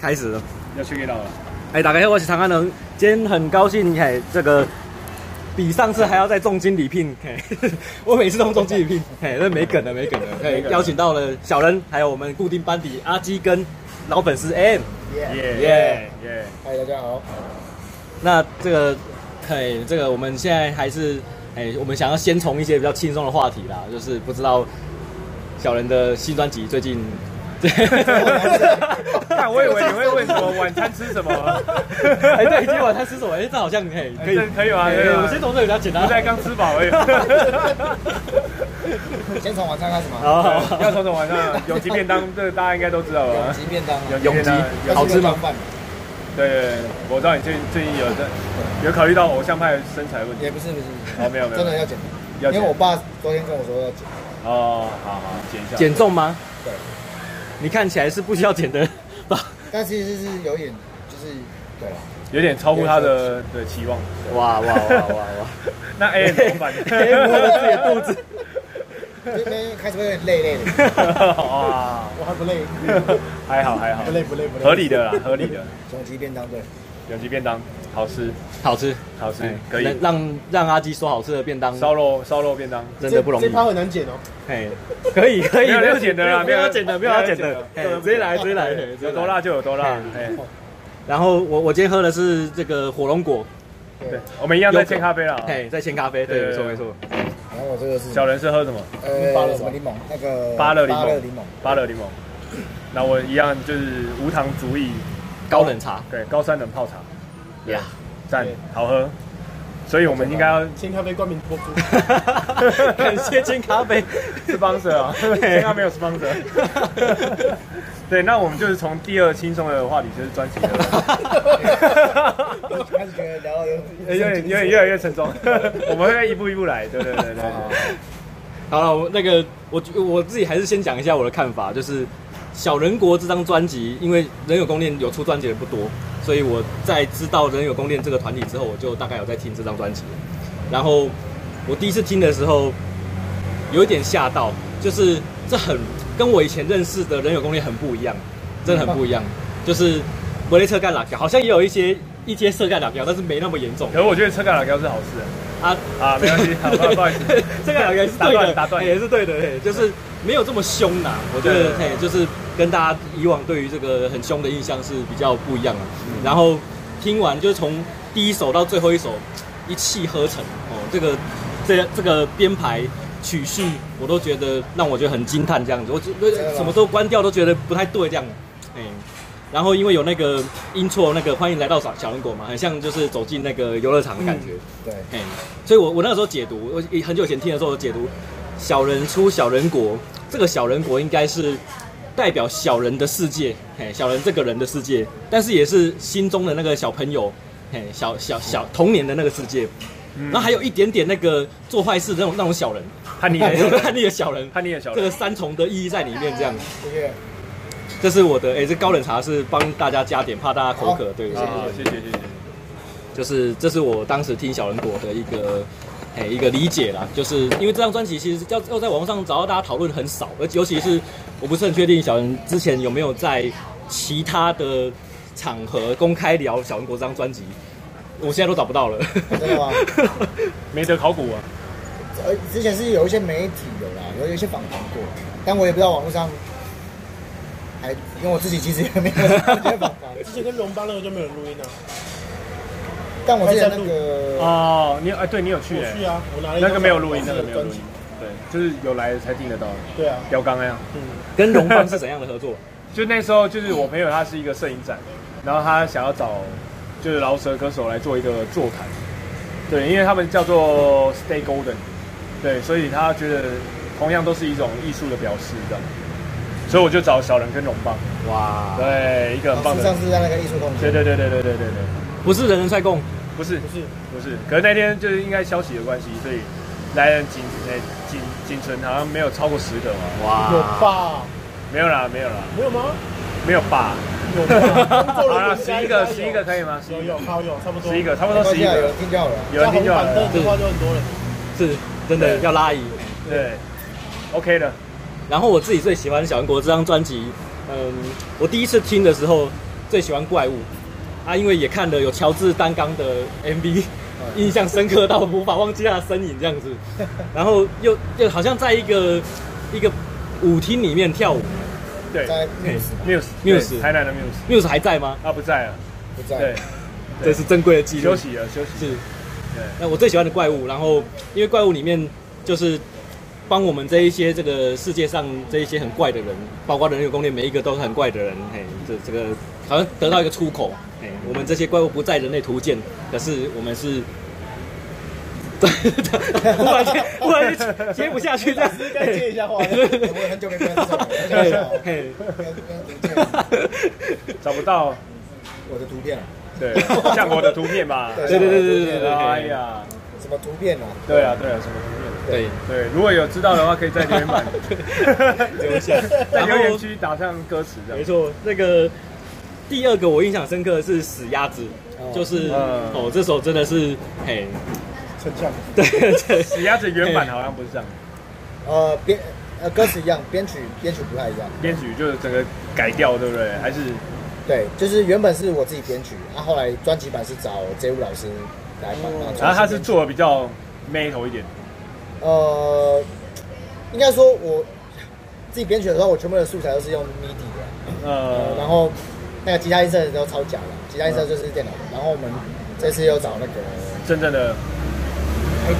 开始了，要去给到了。哎，大家好，我是唐安能，今天很高兴，嘿，这个比上次还要再重金礼聘，嘿， 我每次都重金礼聘，嘿，那没梗了，没梗了，嘿，邀请到了小人，还有我们固定班底阿基跟老粉丝 M，耶耶耶！嗨，大家好。那这个，嘿，这个我们现在还是，哎，我们想要先从一些比较轻松的话题啦，就是不知道小人的新专辑最近。 对， 看，我以为你会问什么晚餐吃什么，哎，对， 今晚他吃什么？哎，这好像嘿，可以哎这，可以吗哎可以吗我们先从这里比较简单我。在刚吃饱而已。先从晚餐开始嘛。 好好好要从什么晚上？永吉便当，这个大家应该都知道吧永？吉便当啊，永吉便当永吉永好吃吗饭对对，对我知道你最最近有在有考虑到偶像派的身材问题也不是不是，不是哦没有没有真的要减，要减因为我爸昨天跟我说要减，哦，好好剪一下。减重吗？对，你看起来是不需要减的 吧？但其实是有点就是对了，有点超乎他的的期望。哇哇哇哇哇！ 那 A 怎么办？ 哎摸了自己的 肚子。这边开始会有点累累的，哇，我还不累， 还好还好不，累不累不累，合理的啦，合理的。永吉便当对，永吉便当好吃好吃，好吃哎，可以能。让让阿基说好吃的便当，烧肉烧肉便当。真的不容易。很难减哦。哎，可以可以，没有要减的啦没有没有要减的，没有要减没有的要，减哎的直接来直接来，对哎有多辣。就有多辣。哎，然后我我今天喝的是这个火龙果，对，我们一样在煎咖啡啦。哎，在鲜咖啡，对，对没错对没错。然后我这个是小人是喝什么？呃什么柠檬，那个芭乐柠芭檬柠檬，，芭乐柠檬。那我一样就是无糖足以，高冷 茶对，高山冷泡茶，对呀，赞，好喝。所以我们应该要青咖啡冠名播出，感谢金咖啡。 sponsor 啊，现在没有 sponsor。对，那我们就是从第二轻松的话题，就是专辑的。 开始觉得聊到有有点有哎点越来越沉重， 我们会一步一步来，对对对对。好了，我那个我我自己还是先讲一下我的看法，就是《小人国》这张专辑，因为人有宫恋有出专辑的不多，所以我在知道人有宫恋这个团体之后，我就大概有在听这张专辑。然后我第一次听的时候，有一点吓到，就是这很跟我以前认识的人有宫恋很不 一样，真的很不一样。就是维雷特干拉条，好像也有一些一些色干拉条，但是没那么严重可是我觉得车干辣椒是好事啊。啊。啊，没关系，好，不好不好意思，这个也是打对的，断打断哎也是对的，嘿就是没有这么凶呐、我觉得对对，对嘿，就是跟大家以往对于这个很凶的印象是比较不一样的、然后听完就是从第一首到最后一首一气呵成哦，这个这这个编排曲序我都觉得让我觉得很惊叹，这样子，我觉真的得吗什么时候关掉都觉得不太对这样，哎。然后因为有那个音错，那个欢迎来到小小人国嘛，很像就是走进那个游乐场的感觉。对，嘿，所以我我那个时候解读，我很久以前听的时候我解读，小人出小人国，这个小人国应该是代表小人的世界，嘿，小人这个人的世界，但是也是心中的那个小朋友，嘿，小小小童年的那个世界，嗯然后还有一点点那个做坏事的那种那种小人，叛逆， 叛逆的小人，叛逆的小这个人，三重的意义在里面，这样，谢谢，这是我的，哎、这高冷茶是帮大家加点，怕大家口渴，对不对？啊，谢谢谢谢，就是这是我当时听小人国的一个。哎，一个理解啦，就是因为这张专辑其实要要在网络上找到大家讨论很少，而尤其是我不是很确定小人之前有没有在其他的场合公开聊小人国这张专辑，我现在都找不到了。真的吗没得考古啊，呃，之前是有一些媒体有啦，有有一些访谈过，但我也不知道网络上，还因为我自己其实 也没有这些访谈，之前跟龙邦那个就没有人录音啊，但我之前那个啊哦，你哎，对你有去我去哎，啊，我拿了一那张个没有录音，那小个人没国有录音的专辑，，对，就是有来才听得到，对啊，雕缸那样。嗯， 跟荣邦是怎样的 合作？就那时候，就是我朋友他是一个摄影展，然后他想要找就是饶舌歌手来做一个座谈，对，因为他们叫做 Stay Golden，对，所以他觉得同样都是一种艺术的表示，这样，所以我就找小人跟龙邦，哇，对，一个很棒事的实，上是在那个艺术空对对对间，对对对对对，不是人人帅供，不是不是，不是，可是那天就是应该消息的关系，所以来人仅呃仅仅存好像没有超过十个嘛，哇有吧？啊没有啦没有啦没有吗？没有吧，有 吧？工作好人啦员十一加加个有十一个可以吗？有有好有差不多十一个，差不没多关十一系啊，有个人。听就好了。有人听就好加红板了，凳的话就很多人，是真的对要拉椅。对，OK 的，然后我自己最喜欢小人国这张专辑，嗯，我第一次听的时候，最喜欢怪物啊，因为也看了有乔治单刚的 MV，印象深刻到无法忘记他的身影这样子，然后又又好像在一个一个舞厅里面跳舞对在 Muse 吧，Muse Muse 对台南的 Muse， ，Muse 还在吗？他不在了，不对在，，这是珍贵的记录休。息了，休息了，是对，那我最喜欢的怪物，然后因为怪物里面就是帮我们这一些这个世界上这一些很怪的人，包括人有攻略，每一个都是很怪的人，嘿，这这个好像得到一个出口，哎嘿，我们这些怪物不在人类图鉴，可是我们是。忽然间，忽然间接不下去，这样子该接 一下话，我也很久没跟他讲了很久没嘿讲了嘿跟跟跟找不到，我的图片啊，对，像我的图片吧，对对对对对对对，哎呀，什么图片啊？对啊对啊，什么图片？对，对，如果有知道的话，可以在留言板 留一下在留然后言区打上歌词这没样。错，那个第二个我印象深刻的是死鸭子，哦就是、嗯哦这首真的是嘿，成像。 对对死鸭子原版好像不是这样，呃，编呃歌词一样，编曲编曲不太一样。编曲就是整个改掉，对不对？还是对，就是原本是我自己编曲，啊，后来专辑版是找 J 五老师来帮他。哦然后他是做的比较 metal 一点，呃，应该说我自己编曲的时候，我全部的素材都是用 MIDI 的。呃，呃，然后那个吉他音色都超假的，吉他音色就是电脑的。然后我们这次又找那个真正的，哎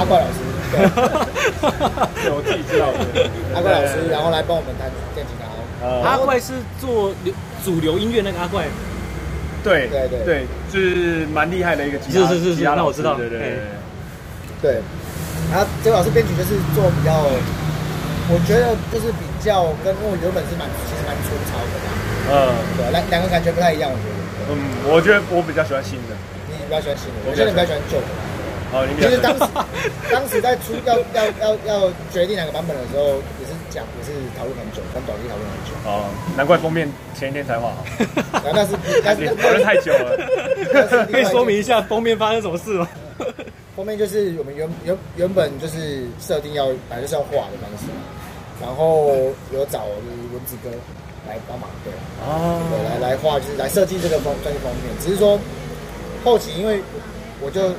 阿怪老师，对， 对我自己知道的。阿怪老师，对然后来帮我们弹电吉他。哦呃阿怪是做流主流音乐那个阿怪，对对对对对，就是蛮厉害的一个吉他，是是是是吉他老那我师知道对对对嘿对，然后啊这位老师编曲就是做比较，我觉得就是比较跟因为我原本是蛮其实蛮粗糙的嘛，对，呃，对，两两个感觉不太一样，我觉得。嗯，我觉得我比较喜欢新的，你比较喜欢新的，我我比较觉得你比较喜欢旧的。哦，你比其较喜欢实当时当时在出要要要要决定哪个版本的时候，也是讲也是讨论很久，跟导师讨论很久。哦，难怪封面前一天才画好，然后但是 但是讨论太久了。 可以说明一下封面发生什么事吗？后面就是我们原原原本就是设定要本来就是要画的方式嘛，然后有找文子哥来帮忙，对，对，哦，来来画就是来设计这个方专辑封面，只是说后期因为我就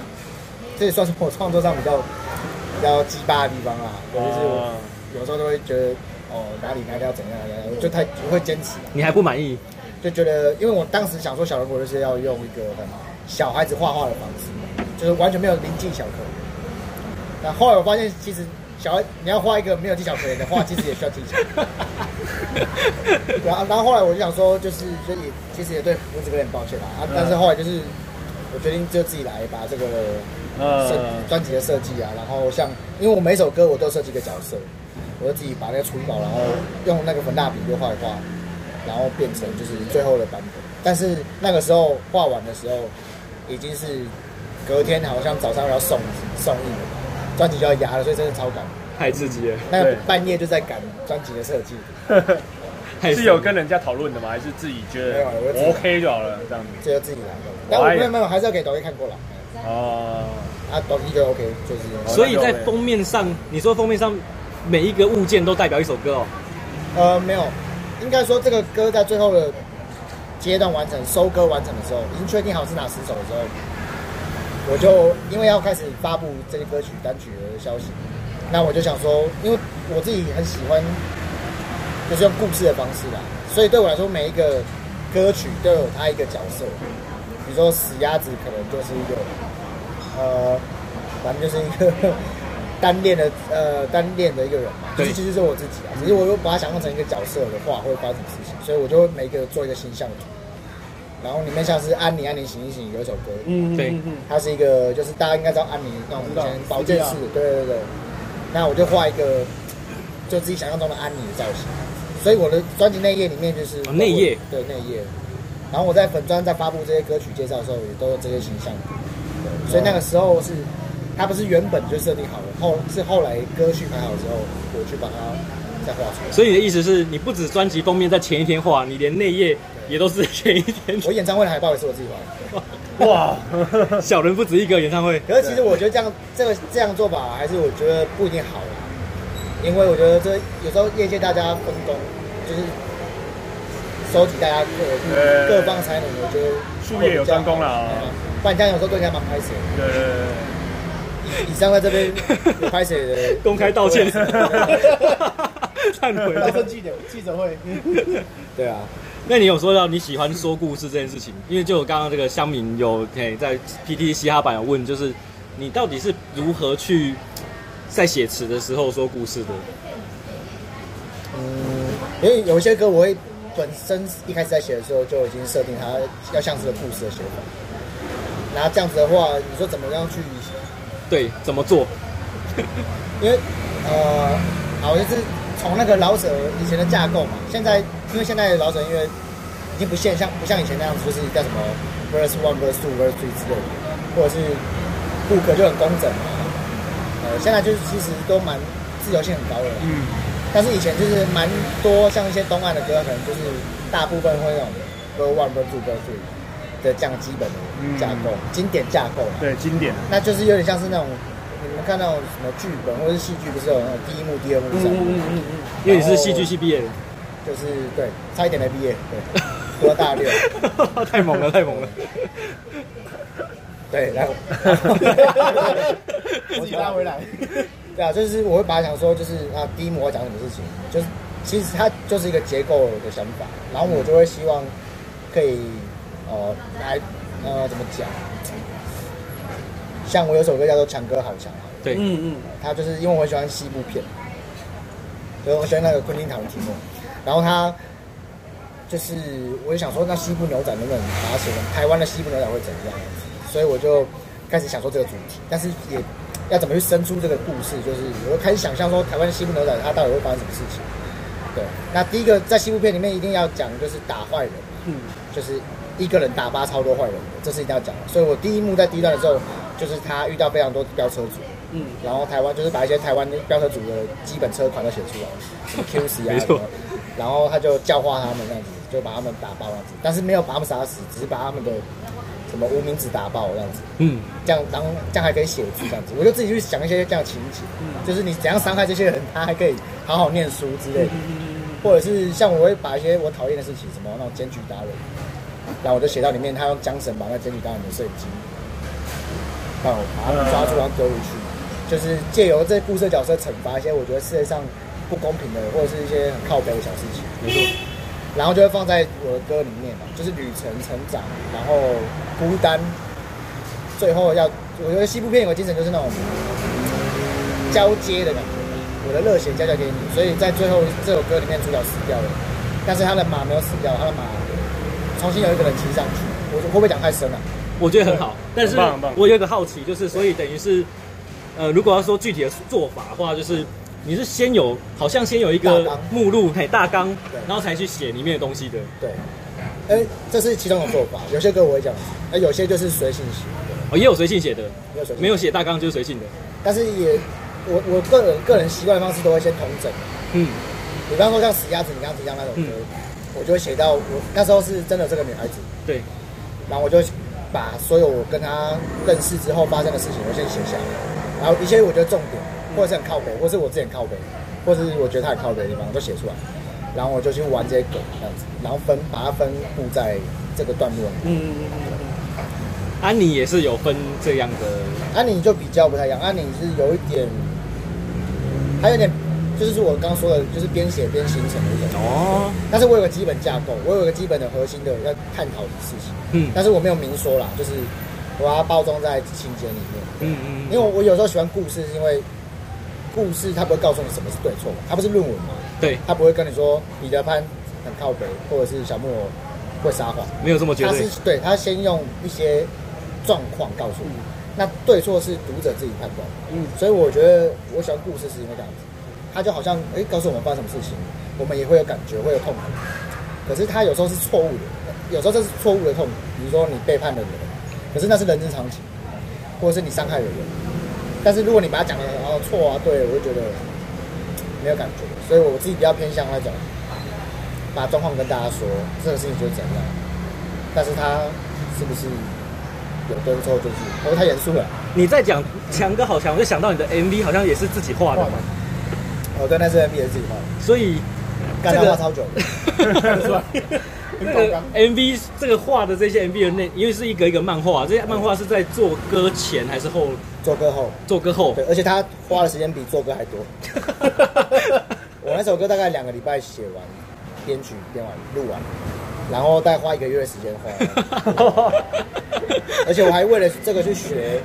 这也算是我创作上比较比较鸡巴的地方啦，对，就是哦我有时候都会觉得哦哪里哪里要怎样哪里要怎样我就太不会坚持 啊，你还不满 意？就觉得，因为我当时想说小人国就是要用一个很小孩子画画的方式，就是完全没有零技巧可言。但后来我发现，其实小孩你要画一个没有技巧可言的画，其实也需要技巧。啊然后，然后后来我就想说，就是就也其实也对我这个有点抱歉啦。啊，但是后来啊就是我决定就自己来把这个设呃，专辑的设计啊，然后像因为我每首歌我都设计一个角色，我就自己把那个初稿，然后用那个粉蜡笔就画一画，然后变成就是最后的版本。但是那个时候画完的时候，已经是隔天好像早上要送送印了，专辑就要压了，所以真的超赶。太刺激了，那个对半夜就在赶专辑的设计，太 是有跟人家讨论的吗？还是自己觉没得有我自己 OK 就好了这样子？这就自己来了。但我哎呀没有没有，还是要给抖音看过了。哦，啊，抖音就 OK，就是所以在封面上，你说封面上每一个物件都代表一首歌哦。呃没有，应该说这个歌在最后的阶段完成收割完成的时候，已经确定好是哪十首的时候，我就因为要开始发布这些歌曲单曲的消息，那我就想说，因为我自己很喜欢，就是用故事的方式啦，所以对我来说每一个歌曲都有它一个角色，比如说死鸭子可能就是一个，呃，反正就是一 个单恋的呃单恋的一个人 嘛，就是对其实是我自己啊，只是我又把它想象成一个角色的话会发生什么事情，所以我就会每一个做一个形象图，然后里面像是安妮安妮醒一醒有一首歌，嗯对它是一个就是大家应该知道安妮那种以前保健啊室，对对对。那我就画一个就自己想象中的安妮的造型，所以我的专辑内页里面就是哦内页，对内页。然后我在粉专在发布这些歌曲介绍的时候，也都有这些形象。对所以那个时候是，它不是原本就设定好了，后是后来歌序排好之后，我去把它再画出来。所以你的意思是你不止专辑封面在前一天画，你连内页也都是前一天。我演唱会的海报也是我自己画的。哇， 小人不止一个演唱会，可是其实我觉得这样这个这样做法，还是我觉得不一定好啦，因为我觉得这有时候业界大家分工就是收集大家对各各方才能，我觉得术业有专攻啦啊对啊不然这样有时候对人家蛮拍谁。对对对以以上在这边有拍谁的公开道歉， 忏要悔跟。记者记者会，对啊，那你有说到你喜欢说故事这件事情，因为就我刚刚这个乡民有嘿在 PT 嘻哈版有问，就是你到底是如何去在写词的时候说故事的？嗯，因为有一些歌我会本身一开始在写的时候就已经设定它要像是个故事的写法，然后这样子的话，你说怎么样去对，怎么做？因为呃，好像是从那个老舍以前的架构嘛，现在因为现在的老舍因为已经不现像不像以前那样子，就是叫什么 verse one verse two verse three 之类的，或者是布格就很工整嘛。呃，现在就是其实都蛮自由性很高的，嗯，但是以前就是蛮多像一些东岸的歌，可能就是大部分会那种 verse one verse two verse three 的这样基本的架构，经典架构啊啦。对，经典，那就是有点像是那种你们看那种什么剧本或者是戏剧，不是有那种第一幕、第二幕、第三幕，嗯嗯，因为你是戏剧系毕业的。就是对，差一点没毕业， 对，读到大六，太猛了，太猛了！对， 然后自己拉回来，对啊，就是我会把它想说，就是啊，第一幕我要讲什么事情，就是其实它就是一个结构的想法，然后我就会希望可以呃来呃怎么讲，像我有首歌叫做《强哥好强》。对，嗯嗯，他就是因为我很喜欢西部片，所以我喜欢那个昆汀塔伦提诺。然后他就是，我就想说，那西部牛仔能不能把它写成台湾的西部牛仔会怎样？所以我就开始想说这个主题，但是也要怎么去生出这个故事，就是我就开始想象说台湾西部牛仔它到底会发生什么事情。对，那第一个在西部片里面一定要讲就是打坏人，嗯，就是一个人打趴超多坏人的，这是一定要讲的。所以我第一幕在第一段的时候，就是他遇到非常多飙车族，嗯，然后台湾就是把一些台湾飙车族的基本车款都写出来，什么 QC 没啊什错么，然后他就教化他们这样子，就把他们打爆这样子，但是没有把他们杀死，只是把他们的什么无名指打爆这样子，嗯，这样当这样还可以写字这样子，我就自己去想一些这样的情节，嗯就是你怎样伤害这些人，他还可以好好念书之嗯类的。或者是像我会把一些我讨厌的事情，什么那种检举达人，然后我就写到里面，他用缰绳绑在检举达人的摄影机，让我把他们抓住，然后丢回去，就是借由这故事的角色惩罚一些我觉得世界上不公平的，或者是一些很靠背的小事情，没错，然后就会放在我的歌里面嘛，就是旅程、成长，然后孤单，最后要我觉得西部片有个精神就是那种交接的感觉，我的热血交接给你，所以在最后这首歌里面主角死掉了，但是他的马没有死掉，他的马重新有一个人骑上去，我会不会讲太深了、我觉得很好。但是很棒很棒我有一个好奇，就是所以等于是，呃，如果要说具体的做法的话，就是你是先有，好像先有一大个纲目录，嘿，大纲对，然后才去写里面的东西的。对，哎，这是其中的做法，有些歌我会讲，哎，有些就是随性写，哦，也有随性写的，没有随性，没有，写大纲就是随性的。但是也我我个人个人习惯的方式都会先统整。嗯，比方说像死鸭子，你刚刚提到那首歌，我就会写到我那时候是真的这个女孩子，对，然后我就把所有我跟她认识之后发生的事情，我先写下来，然后一些我觉得重点，或者是很靠北，或是我自己很靠北，或是我觉得她很靠北的地方，我都写出来，然后我就去玩这些梗这样子，然后分把它分布在这个段落里。嗯嗯安妮啊也是有分这样的，安妮啊就比较不太一样，安妮是有一点，还有点就是我刚刚说的，就是边写边形成的一种哦，但是我有个基本架构，我有个基本的核心的要探讨的事情，嗯但是我没有明说啦，就是我把它包装在情节里面。嗯嗯因为我我有时候喜欢故事，是因为故事它不会告诉你什么是对错嘛，它不是论文嘛，对，它不会跟你说彼得潘很靠北，或者是小木偶会撒谎，没有这么绝它对是。对它先用一些状况告诉嗯你，那对错是读者自己判断。嗯所以我觉得我喜欢故事是因为这样子，他就好像哎、诶告诉我们发生什么事情，我们也会有感觉，会有痛苦。可是他有时候是错误的，有时候这是错误的痛苦，比如说你背叛了人，可是那是人之常情，或者是你伤害了人。但是如果你把它讲的哦错啊对，我就觉得没有感觉，所以我自己比较偏向那种把状况跟大家说，这个事情就是怎样，但是他是不是有对错就是，我太严肃了。你在讲强哥好强，我就想到你的 MV 好像也是自己画的嘛， 哦，对，那是 M 也是自己画的，所以干这他个画超久的，看得出来 那个 MV 这个画的这些 MV 的内，因为是一个一个漫画，这些漫画是在做歌前还是后做歌后，做歌后？ 对，而且他花的时间比做歌还多。我那首歌大概两个礼拜写完，编曲编完录完，然后再花一个月的时间画完， 而且我还为了这个去学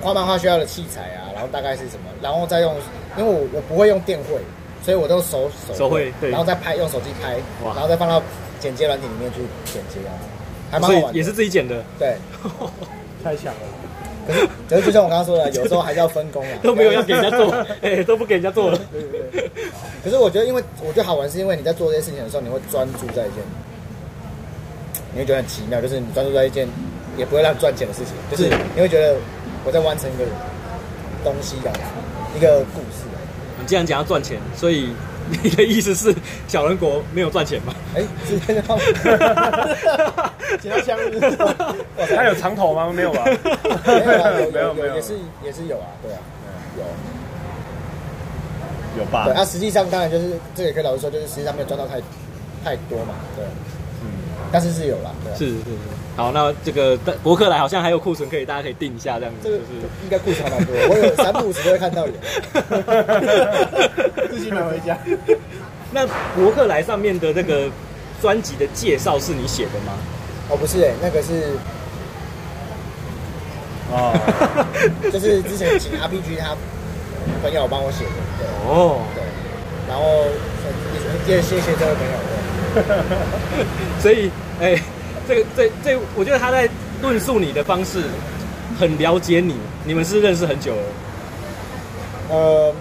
画漫画需要的器材啊，然后大概是什么，然后再用，因为我我不会用电绘，所以我都手手手绘对然后再拍用手机拍，哇然后再放到剪接软体里面去剪接啊，还蛮所好以玩的也是自己剪的， 对。太强了。可是，可是就像我刚刚说的，有时候还是要分工啊， 都没有要给人家 做，哎、都不给人家做了。可是我觉得，因为我觉得好玩，是因为你在做这些事情的时候，你会专注在一件，你会觉得很奇妙，就是你专注在一件也不会让你赚钱的事情，就是是你会觉得我在完成一个东西这样子，一个故事。啊你既然讲要赚钱，所以你的意思是小人国没有赚钱吗？哎、是这样吗？剪到枪了他有长头吗？没有吧？没有啦有没有有没有，也是也是有啊，对啊，有有吧 对？啊，实际上当然就是这个也可以老实说，就是实际上没有赚到太太多嘛，对，啊但 是是有啦，对啊、是是是。好，那这个但博客来好像还有库存可以，大家可以定一下这样子。这个就是应该故事还蛮多的，我有三不五时都会看到有。自己买回家。 那博客来上面的那个专辑的介绍是你写的吗？哦，不是、欸，那个是哦， 就是之前请 RPG 他朋友帮我写的，哦，对对，然后也也谢谢这位朋友，对所以哎、这个这这，我觉得他在论述你的方式很了解你，你们是认识很久了。呃，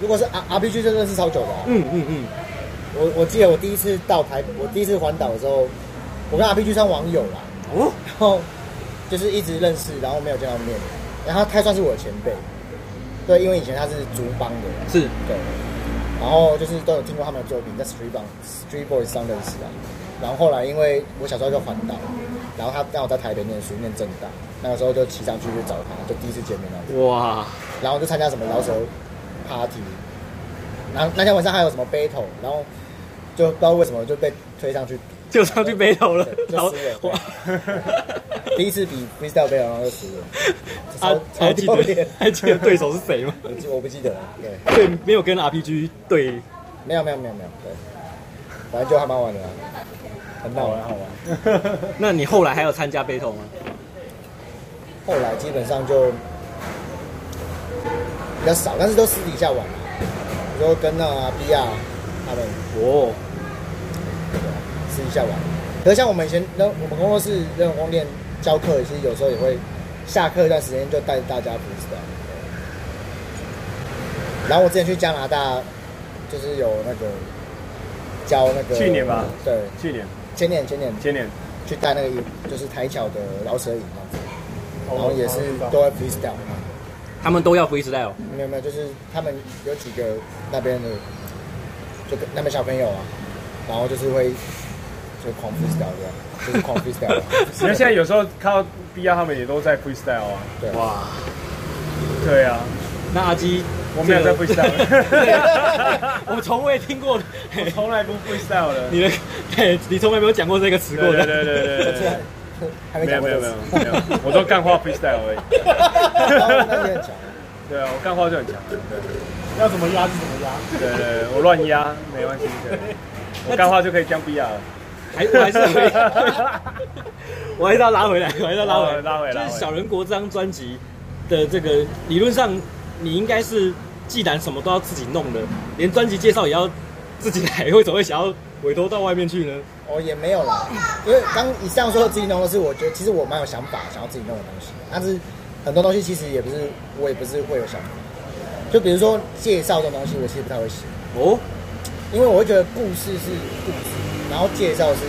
如果是啊 R RPG 真的是超久的啊、嗯嗯嗯，我我记得我第一次到台，我第一次环岛的时候，我跟 RPG 算网友啦，哦，然后就是一直认识，然后没有见到面，然后他算是我的前辈，对，因为以前他是竹帮的，是对，然后就是都有听过他们的作品，在 Street Band Street Boys 上认识啊。然后后来因为我小时候就环岛，然后他让我在台北念书，念正大，那个时候就骑上去去找他，就第一次见面那样哇，然后就参加什么老手 party，然后那天晚上还有什么 battle，然后就不知道为什么就被推上去比，就上去背头了，对就输了对 第一次比 freestyle battle 然后就输 了，啊超，还超记丢得脸， 还记得对手是谁 吗？我记我不记得了，对，对，没有跟 RPG 对，没有没有没有没有，对，反正就还蛮好玩的、啊，很好好玩玩好玩。那你后来还有参加 battle 吗？后来基本上就比较少，但是都私底下玩嘛，比如说跟那啊 B 啊他们哦，私底下玩。可是像我们以前，那我们工作室那种光练教课，其实有时候也会下课一段时间就带大家 f r e e s t y 然后我之前去加拿大，就是有那个教那个去年吧，对，去年前年前年前年去带那个就是台桥的饶舌营这样子，然后也是哦都在 freestyle 嘛。他们都要 freestyle，没有没有，就是他们有几个那边的，就跟那边小朋友啊，然后就是会就狂 freestyle 这样，就是狂 freestyle 啊。因为现在有时候看到 B R 他们也都在 freestyle 啊，对，哇，对啊，那阿基，啊我没有在 freestyle 我从未听过我从来不 freestyle 的。你的， 嘿你从来没有讲过这个词过对的，对对对对这样对，还没没讲有没有过这个没词有没有，我都干话 freestyle 而已。哦那你很强，对啊，我干话就很强。对要怎么压就怎么压。对对对，我乱压没关系。对，我干话就可以将 B R 了。还我还是回，我还是要拉回来，我还是要拉回来，哦拉回来拉回来就是小人国这张专辑的这个理论上，你应该是既然什么都要自己弄的，连专辑介绍也要自己来，为什么会想要委托到外面去呢？哦也没有啦，因为刚以上说的自己弄的是，我觉得其实我蛮有想法，想要自己弄的东西，但是很多东西其实也不是，我也不是会有想法。就比如说介绍这种东西，我其实不太会写。哦，因为我会觉得故事是故事，然后介绍是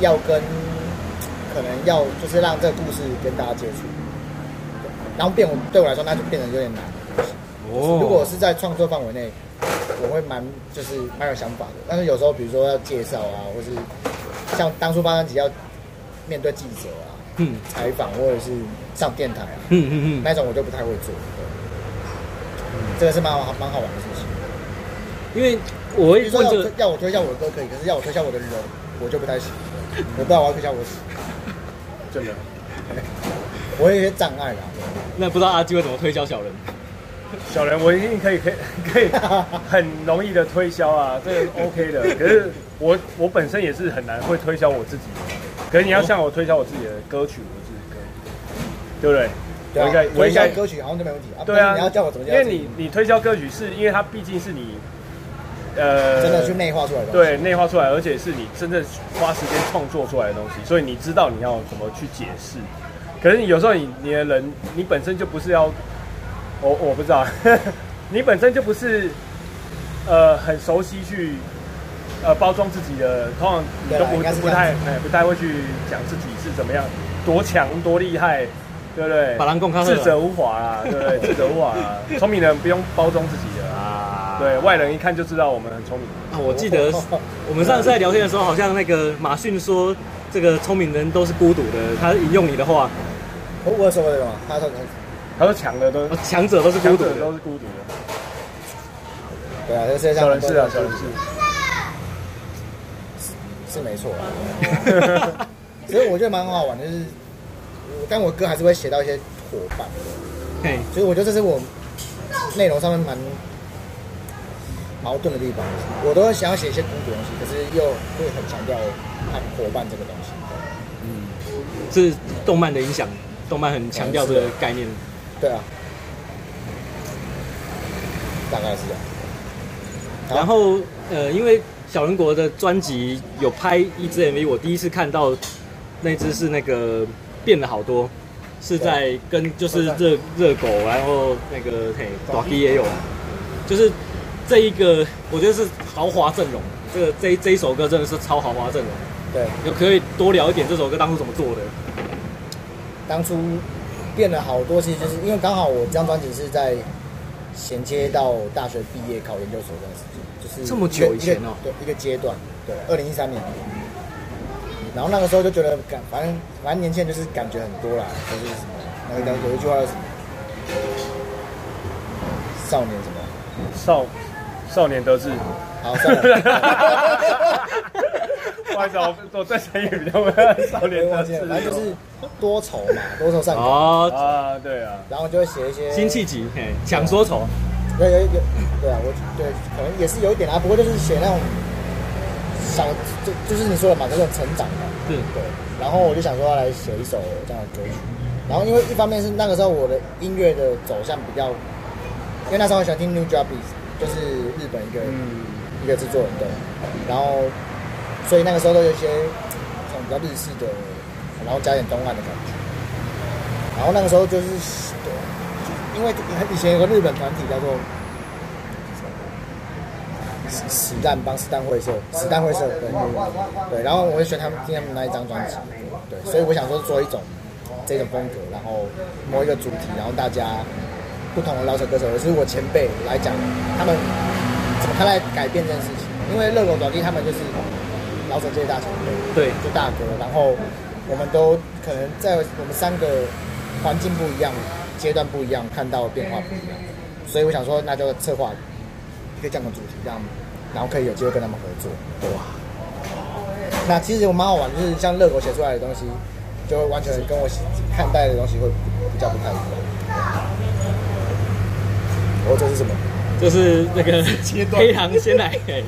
要跟可能要就是让这个故事跟大家接触，对然后变我对我来说那就变得有点难。哦如果是在创作范围内，我会蛮就是蛮有想法的，但是有时候比如说要介绍啊，或是像当初八三级要啊面对记者啊、嗯采访或者是上电台啊，嗯嗯嗯，那种我就不太会做。对这个是蛮好蛮好玩的事情。因为我比会如说问要这我推个，要我推销我的歌可以，可是要我推销我的人，我就不太行。 我不知道我要推销我什么，真的。我有一些障碍啦。那不知道阿基会怎么推销小人？哎小人，我一定可以可以可以很容易的推销啊，这个 OK 的。可是我我本身也是很难会推销我自己的，可是你要像我推销我自己的歌曲，我自己可以，对不对？ 对我啊应该我推应销该歌曲好像就没问题啊。对但啊，是你要叫我怎么因样？为你你推销歌曲是因为它毕竟是你呃真的去内化出来的。，对内化出来，而且是你真正花时间创作出来的东西，所以你知道你要怎么去解释。可是你有时候你你的人，你本身就不是要，我我不知道， 你本身就不是呃很熟悉去呃包装自己的，通常你对啊都啦应该是不不这样太哎不太会去讲自己是怎么样多强多厉害，对不对？把人讲较好智者无华啦，对 不对？智者无华啦，聪明人不用包装自己的啊，啊对外人一看就知道我们很聪明。啊，我记 得我们上次在聊天的时候，好像那个马逊说，这个聪明人都是孤独的。他引用你的话，我我有说过这个吗？他说他说强的都啊强者都是孤强独者的都。是孤独的，对啊，这个世界上小人是啊，很多小人人是。是没错啊。 其实我觉得蛮好玩的，就是我但我歌还是会写到一些伙伴，嘿，所以我觉得这是我内容上面蛮矛盾的地方。我都会想要写一些孤独的东西，可是又会很强调和伙伴这个东西。是动漫的影响，动漫很强调这个概念。对啊，大概是这样。好然后呃，因为小人国的专辑有拍一支 MV，我第一次看到那支是那个变了好多，是在跟就是热热狗，然后那个嘿，短 D 也有，就是这一个我觉得是豪华阵容，这个这一这一首歌真的是超豪华阵容。对，有可以多聊一点这首歌当初怎么做的？当初变了好多，其实就是因为刚好我这张专辑是在衔接到大学毕业考研究所这段时间，就是这么久以前哦一个一个对，一个阶段，对，二零一三年。然后那个时候就觉得感，反正反正年轻人就是感觉很多啦，就是什么，那个有一句话是什么，少年什么，少少年 得志。好算了。不好意思啊，我我对成语比较不会少年得忘记志了，。反正就是多愁嘛，多愁善感，哦，啊，对啊，然后就会写一些辛弃疾，嘿，想说愁，对，有有有，对啊，我对，可能也是有一点啊，不过就是写那种小，就就是你说的嘛，这种成长嘛，是对。然后我就想说要来写一首这样的歌曲，然后因为一方面是那个时候我的音乐的走向比较，因为那时候我喜欢听 New j a p a n e 就是日本一个、嗯，一个制作人对，然后所以那个时候都有一些这种比较日式的，然后加点东岸的感觉。然后那个时候就是，对因为以前有个日本团体叫做什么史蛋帮史蛋会社，史蛋会社对对，然后我就喜欢他们听他们那一张专辑，对，所以我想说做一种这种风格，然后某一个主题，然后大家不同的饶舌歌手，也是我前辈来讲他们怎么看待改变这件事情，因为热狗短弟他们就是老手界大前辈，对就大哥，然后我们都可能在我们三个环境不一样、阶段不一样，看到的变化不一样，所以我想说，那就策划一个这样的主题，让然后可以有机会跟他们合作，对吧？那其实我蛮好玩，就是像热狗写出来的东西，就会完全跟我看待的东西会比较不太一样。哦，这是什么？这是那个切断黑糖鲜奶，嘿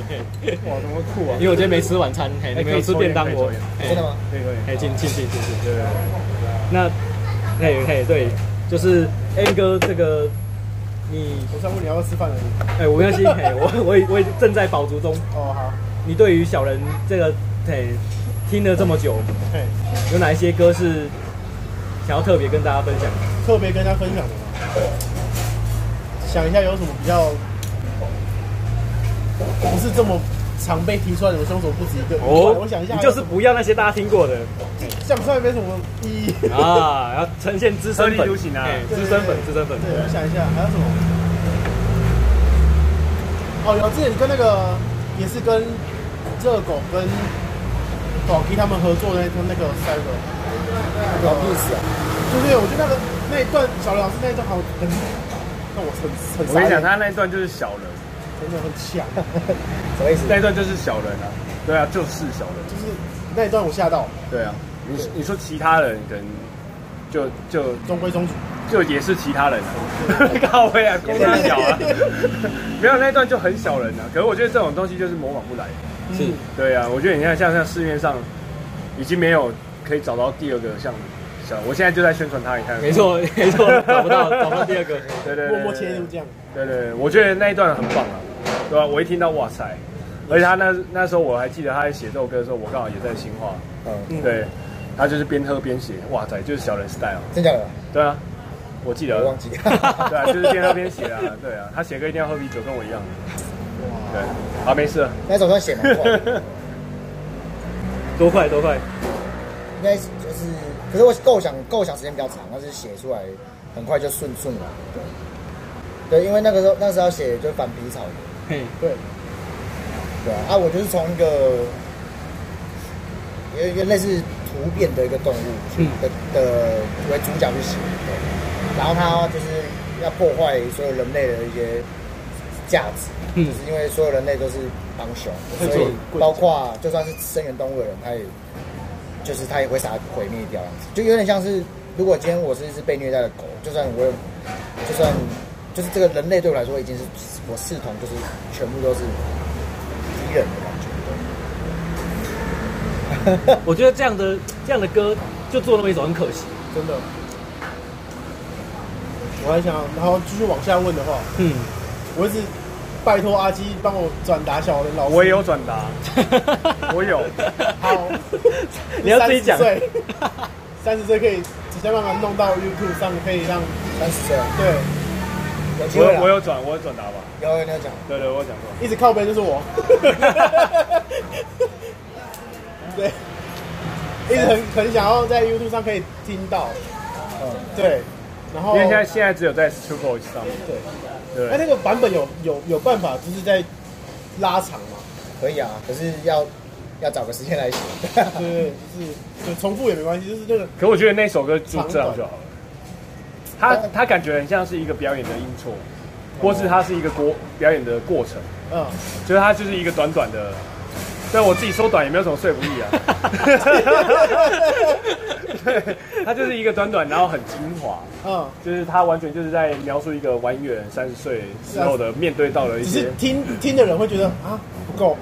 嘿哇，怎么酷啊因为我今天没吃晚餐，嘿，你们有吃便当我哎可嘿以抽烟，真的吗？？对对嘿，进进进进进。对，那，嘿嘿，对，就是 N 哥这个，你，我上问你要不要吃饭而已。哎，我没关系，嘿，我我也我也正在饱足中。哦，好，你对于小人这个，嘿，听了这么久，嘿，有哪一些歌是想要特别跟大家分享？特别跟大家分享的嘛。想一下有什么比较不是这么常被提出来的凶手不止一个。哦哦我想一下，你就是不要那些大家听过 的。讲出来没什么意义。啊，要呈现资深特粉立独行啊哎对 资深粉，资深粉，对，我想一下还有什么？哦，有之前跟那个也是跟热狗跟 d o 他们合作的那那个 Cyber，有意思啊！就是我觉得那个那一段小刘老师那一段好很让我很很我跟你傻讲，眼。他那一段就是小人，真的很强， 什么意思？那一段就是小人啊，对啊，就是小人，就是那一段我吓到，对啊。你你说其他人可能就就中规中矩。就也是其他人啊， 靠背啊，公差小啊，没有那一段就很小人啊。可是我觉得这种东西就是模仿不来的，是嗯对啊，我觉得你看像像市面上已经没有可以找到第二个像小，我现在就在宣传它，你看， 没，错没错，找不到 找不到第二个，对对，默默切入这样，对对，对我觉得那一段很棒啊，对吧、我一听到哇塞，而且他那那时候我还记得他在写这首歌的时候，我刚好也在新化，嗯，嗯对，他就是边喝边写，哇塞，就是小人 style，真假的？对啊，我记得我，忘记 了。对啊，就是边喝边写啊， 对啊，他写歌一定要喝啤酒，跟我一样，对，好、没事了，那首算写蛮快的，多快多快，应该就是，可是我构想构想时间比较长，但是写出来很快就顺顺了。对，对，因为那个时候那时候要写就反皮草原，嘿，对，对啊，啊我就是从一个有一个类似突变的一个动物去嗯的的为主角去写，对，然后它就是要破坏所有人类的一些价值，嗯就是因为所有人类都是帮凶，没错所以贵族包括就算是生源动物的人，他也就是他也会杀毁灭掉，就有点像是如果今天我是一只被虐待的狗，就算我有就算就是这个人类对我来说已经是我视同就是全部都是敌人的感觉。我觉得这样的这样的歌就做那么一首很可惜，真的。我还想，然后继续往下问的话， 嗯，，我一直拜托阿基帮我转达小人老 师。我也有转达，我有好 你要自己讲，三十岁可以直接慢慢弄到 YouTube 上，可以让三十岁了对有机我会有啦我有转，我有转达吧，有有你有讲，对对，我有讲过。一直靠背就是我。 对，一直很很想要在 YouTube 上可以听到，嗯，对，然后因为现在现在只有在 t r u p o 上面，对，对哦哎、不对，那个版本有有有办法，就是在拉长嘛，可以啊，可是要要找个时间来写。对对对，就是对重复也没关系，就是那个可我觉得那首歌就这样就好了。他呃他感觉很像是一个表演的音错，或是它是一个过表演的过程，嗯，就是它就是一个短短的。但我自己说短也没有什么说服力 啊。对，它就是一个短短，然后很精华，嗯，就是它完全就是在描述一个玩员三十岁之后的面对到了一只些是。听听的人会觉得啊不够， 哦，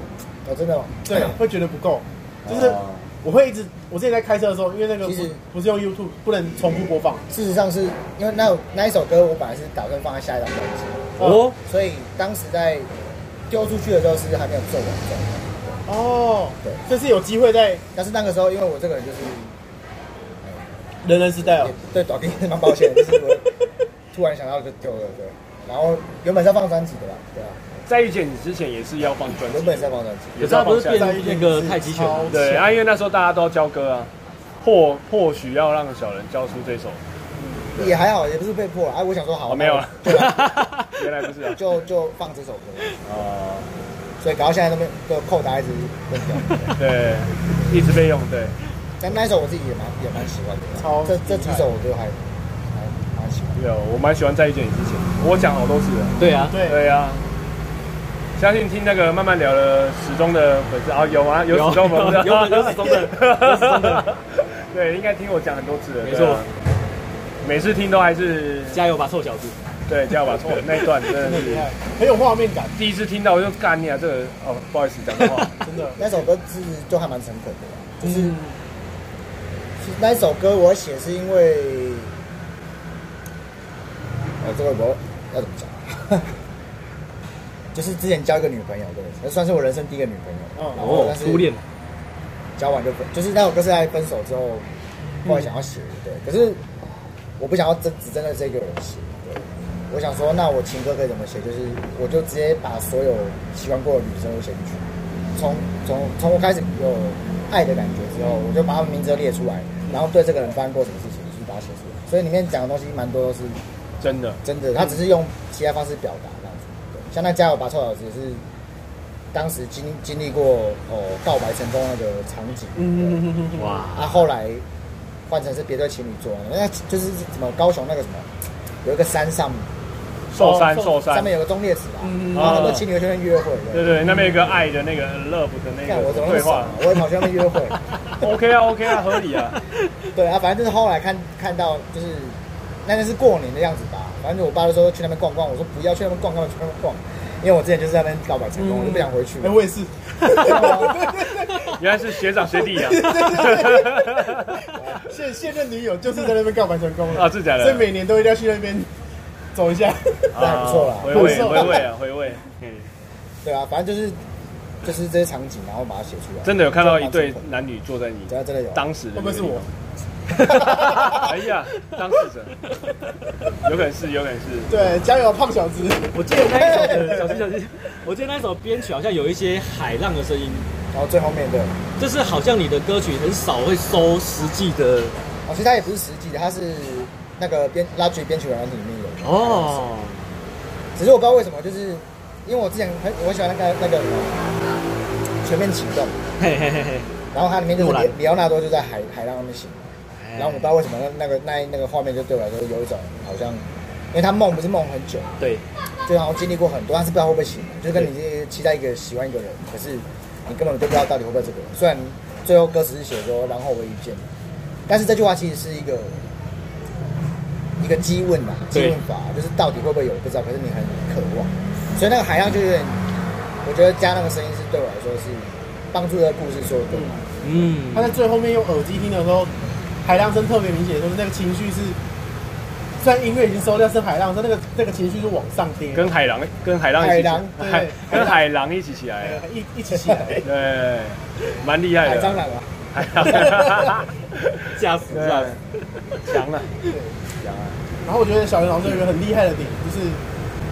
哎真的吗？对，会觉得不够，就是哦我会一直我之前在开车的时候，因为那个其实不不是用 YouTube 不能重复播放，事实上是因为那那一首歌，我本来是嗯打算放在下一张专辑， 哦，所以当时在丢出去的时候是还没有做完的。哦，对，这是有机会在但是那个时候，因为我这个人就是人人时代哦也，对短片蛮抱歉的，就是我突然想到就丢了，对。然后原本是要放专辑的啦，对啊，在遇见你之前也是要放专原辑本，是要放专辑。可是他不是下变那个太极拳吗，对啊，因为那时候大家都要教歌啊，或或许要让小人教出这首。也还好，也不是被迫啦。哎、我想说好，哦没有了那我对啊，原来不是啊就就放这首歌，哦，所以搞到现在都没有都扣打一直扔掉。对，一直被用，对，但那一首我自己也蛮也蛮喜欢的啦，超这这几精彩首我都还还蛮喜欢。没有，我蛮喜欢在遇见你之前，我讲好多次了， 对啊， 对，对啊。相信听那个慢慢聊的始终的粉丝啊，有吗？有始终粉丝啊，有有有始终 的有始终的对，应该听我讲很多次了，没对啊错，每次听都还是加油吧，臭小子，对加油吧，错那一段真的很厉 是害，很有画面 感，第一次听到我就干你啊，这个哦，不好意思讲错 话，真的，那首歌是就还蛮诚恳的啦，就是、嗯其实那一首歌我写是因为，呃，这个我要怎么讲啊？ 就是之前交一个女朋友，对，那算是我人生第一个女朋友。哦然后哦但，是初恋，交完就分，就是那首歌是在分手之后，后来想要写的，对。可是我不想要真只针对这个人写，对。我想说，那我情歌可以怎么写？就是我就直接把所有喜欢过的女生都写进去，从从从我开始有爱的感觉之后，我就把她们名字都列出来，然后对这个人发生过什么事情，就是把它写出来。所以里面讲的东西蛮多都是真的。真的，他只是用其他方式表达这样子。对像那加油吧臭小子也是当时经经历过哦告白成功那个场景，嗯，哇，啊后来换成是别对情侣座，那就是什么高雄那个什么有一个山上寿山哦寿上山，面有个忠烈祠嘛，嗯然后他们情侣去那边约会对的。对，那边有一个爱的那个 love 的那看我个怎么那对么傻话啊，我也跑去那边约会。 ，OK 啊 OK 啊，合理啊， 对啊，反正就是后来看看到就是那天是过年的样子吧，反正我爸就说去那边逛逛，我说不要去那边逛，干嘛去那边逛？因为我之前就是在那边告白成功，我就不想回去哎，。嗯我 也是， 原来是学长学弟啊，现现任女友就是在那边告白成功 了啊是假的 所以每年都一定要去那边走一下。那还不错啦啊回味不错回味啊回 味，嗯对啊，反正就是就是这些场景，然后把它写出来。真的有看到一对就蛮成功的男女坐在你真的真的有当时的 会不会是我？那个地方？ 哎呀，当事者，有可能是有可能是，对，加油，胖小子！ 我记得那一首的小心小心，我记得那一首编曲好像有一些海浪的声音，然后最后面对，哦就是好像你的歌曲很少会收实际的哦，其实它也不是实际的，它是那个编拉曲编曲软体里面有。哦，只是我不知道为什么，就是因为我之前很我很喜欢那个那个什么全面启动，嘿嘿嘿嘿，然后它里面就是诺里兰里奥纳多就在海海浪上面行，然后我不知道为什么那那个那一那个画面就对我来说有一种好像，因为他梦不是梦很久，对，就好像经历过很多，但是不知道会不会醒，就跟你期待一个喜欢一个人，可是你根本就不知道到底会不会这个人。虽然最后歌词是写说“然后我遇见你”，但是这句话其实是一个一个激问嘛，啊激对问法就是到底会不会有不知道，可是你很渴望。所以那个海浪就有点，我觉得加那个声音是对我来说是帮助这个故事说的对白嗯他在最后面用耳机听的时候，海浪声特别明显，就是那个情绪是，虽然音乐已经收掉，是海浪声，那个那个情绪是往上跌，跟海狼跟海浪一起海狼对海跟海狼一起起来啊，哎一一起起来。对，蛮厉害海的蟑啊，螂啊，海狼， 吓死吓死，对强了，强啊，然后我觉得小袁老师有一个很厉害的点，就是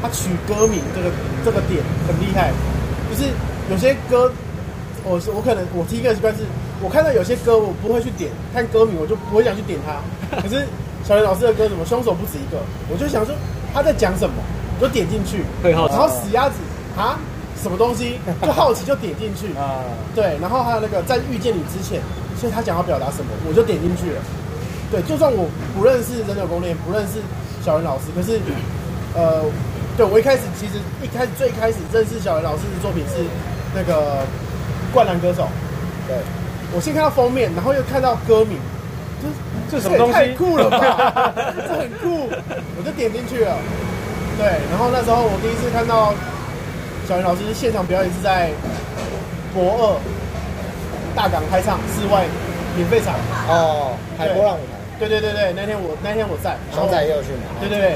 他取歌名这个这个点很厉害，就是有些歌，我是我可能我听歌的习惯是，我看到有些歌我不会去点，看歌名我就不会想去点它。可是小袁老师的歌什么凶手不止一个，我就想说他在讲什么，我就点进去，会好奇然后死鸭子啊什么东西，就好奇就点进去。啊，对，然后还有那个在遇见你之前，所以他想要表达什么，我就点进去了。对，就算我不认识人有攻略，不认识小袁老师，可是，呃，对我一开始其实一开始最开始认识小袁老师的作品是那个《灌篮歌手》，对，我先看到封面，然后又看到歌名，这这什么东也西？太酷了吧！这很酷，我就点进去了。对，然后那时候我第一次看到小云老师现场表演是在博二大港开唱室外免费场。哦，海波浪舞台，对对对对，那天我那天我在，然后熊仔也有去嘛，对对对，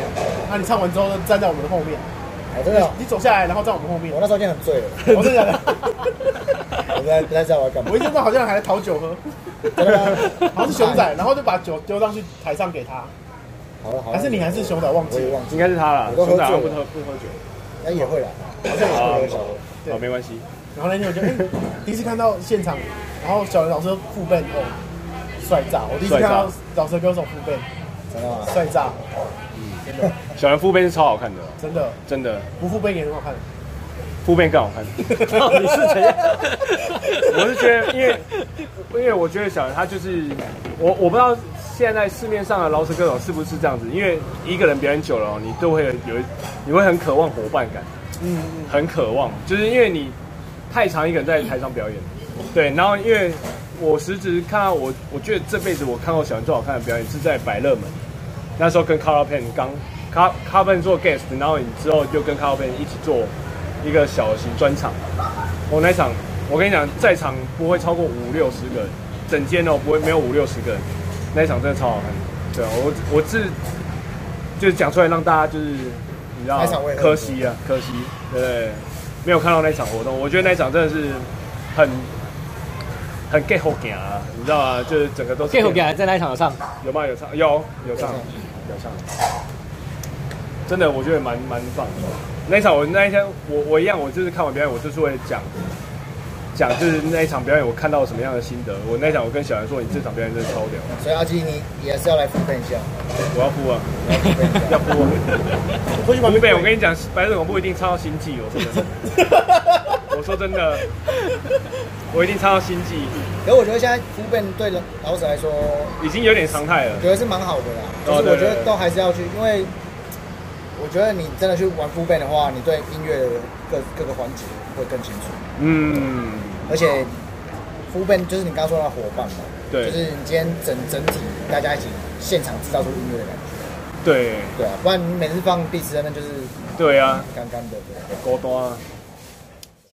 那你唱完之后站在我们的后面，哦，真的哦，你走下来，然后站我们后面 我，那时候已经很醉了， 我真的假的我不太不太知道我要干嘛 我一，见到好像还在讨 酒喝，真的吗好像是熊仔，然后就把酒丢上去台上给他，好了好了，还是你还是熊仔忘我记也了？忘记 应该是他啦，我都熊喝仔好像不醉了喝不喝酒，那也 会啦，好像也会有小的。对哦，没关系，然后那天我就、哎，第一次看到现场，然后小林老师副背哦，帅炸！我第一次看到老师歌手副背，真的吗？帅炸，小人腹背是超好看的，真的真的，不副背也 很好看。腹背更好 看。到底是怎样？我是觉得，因为因为我觉得小人他就是我，我不知道现在市面上的饶舌歌手是不是这样子，因为一个人表演久了哦，你都会有有你会很渴望伙伴感，嗯嗯，很渴望，就是因为你太长一个人在台上表演，对，然后因为我实质看到我，我觉得这辈子我看过小人最好看的表演是在百乐门，那时候跟 Carl Pan 刚 Car Car Pan 做 guest，然后你之后就跟 Carl Pan 一起做一个小型专场，我那场我跟你讲，在场不会超过五六十个人，整间哦不会没有五六十个人，那一场真的超好看，对啊，我我是就是讲出来让大家就是你知道那场我也很可惜啊，可惜，对，没有看到那场活动，我觉得那场真的是很很 get 好行啊，你知道吗？就是整个都是最后给还在那一场上，有吗？有唱有有唱有唱有唱，真的我觉得蛮蛮棒的。那一场我那一天我我一样，我就是看完表演，我就是为了讲讲就是那一场表演我看到什么样的心得。我那一场我跟小杨说，你这场表演真的超屌，所以阿基，你也是要来复喷一下，我要哭啊，你要复喷一下。要哭啊！回去旁湖边北，我跟你讲，白日恐怖一定唱到心悸，我说真的， 我说真的，我一定唱到心悸，可我觉得现在复喷对老者来说，已经有点常态了我。觉得是蛮好的啦，就哦是我对觉得都还是要去，因为我觉得你真的去玩复贝的话，你对音乐的各各个环节会更清楚，嗯，而且复贝就是你刚刚说的伙伴嘛，对就是你今天整整体大家一起现场制造出音乐的感觉，对对啊，不然你每次放第十人那就是对啊，干干的，对啊高端啊，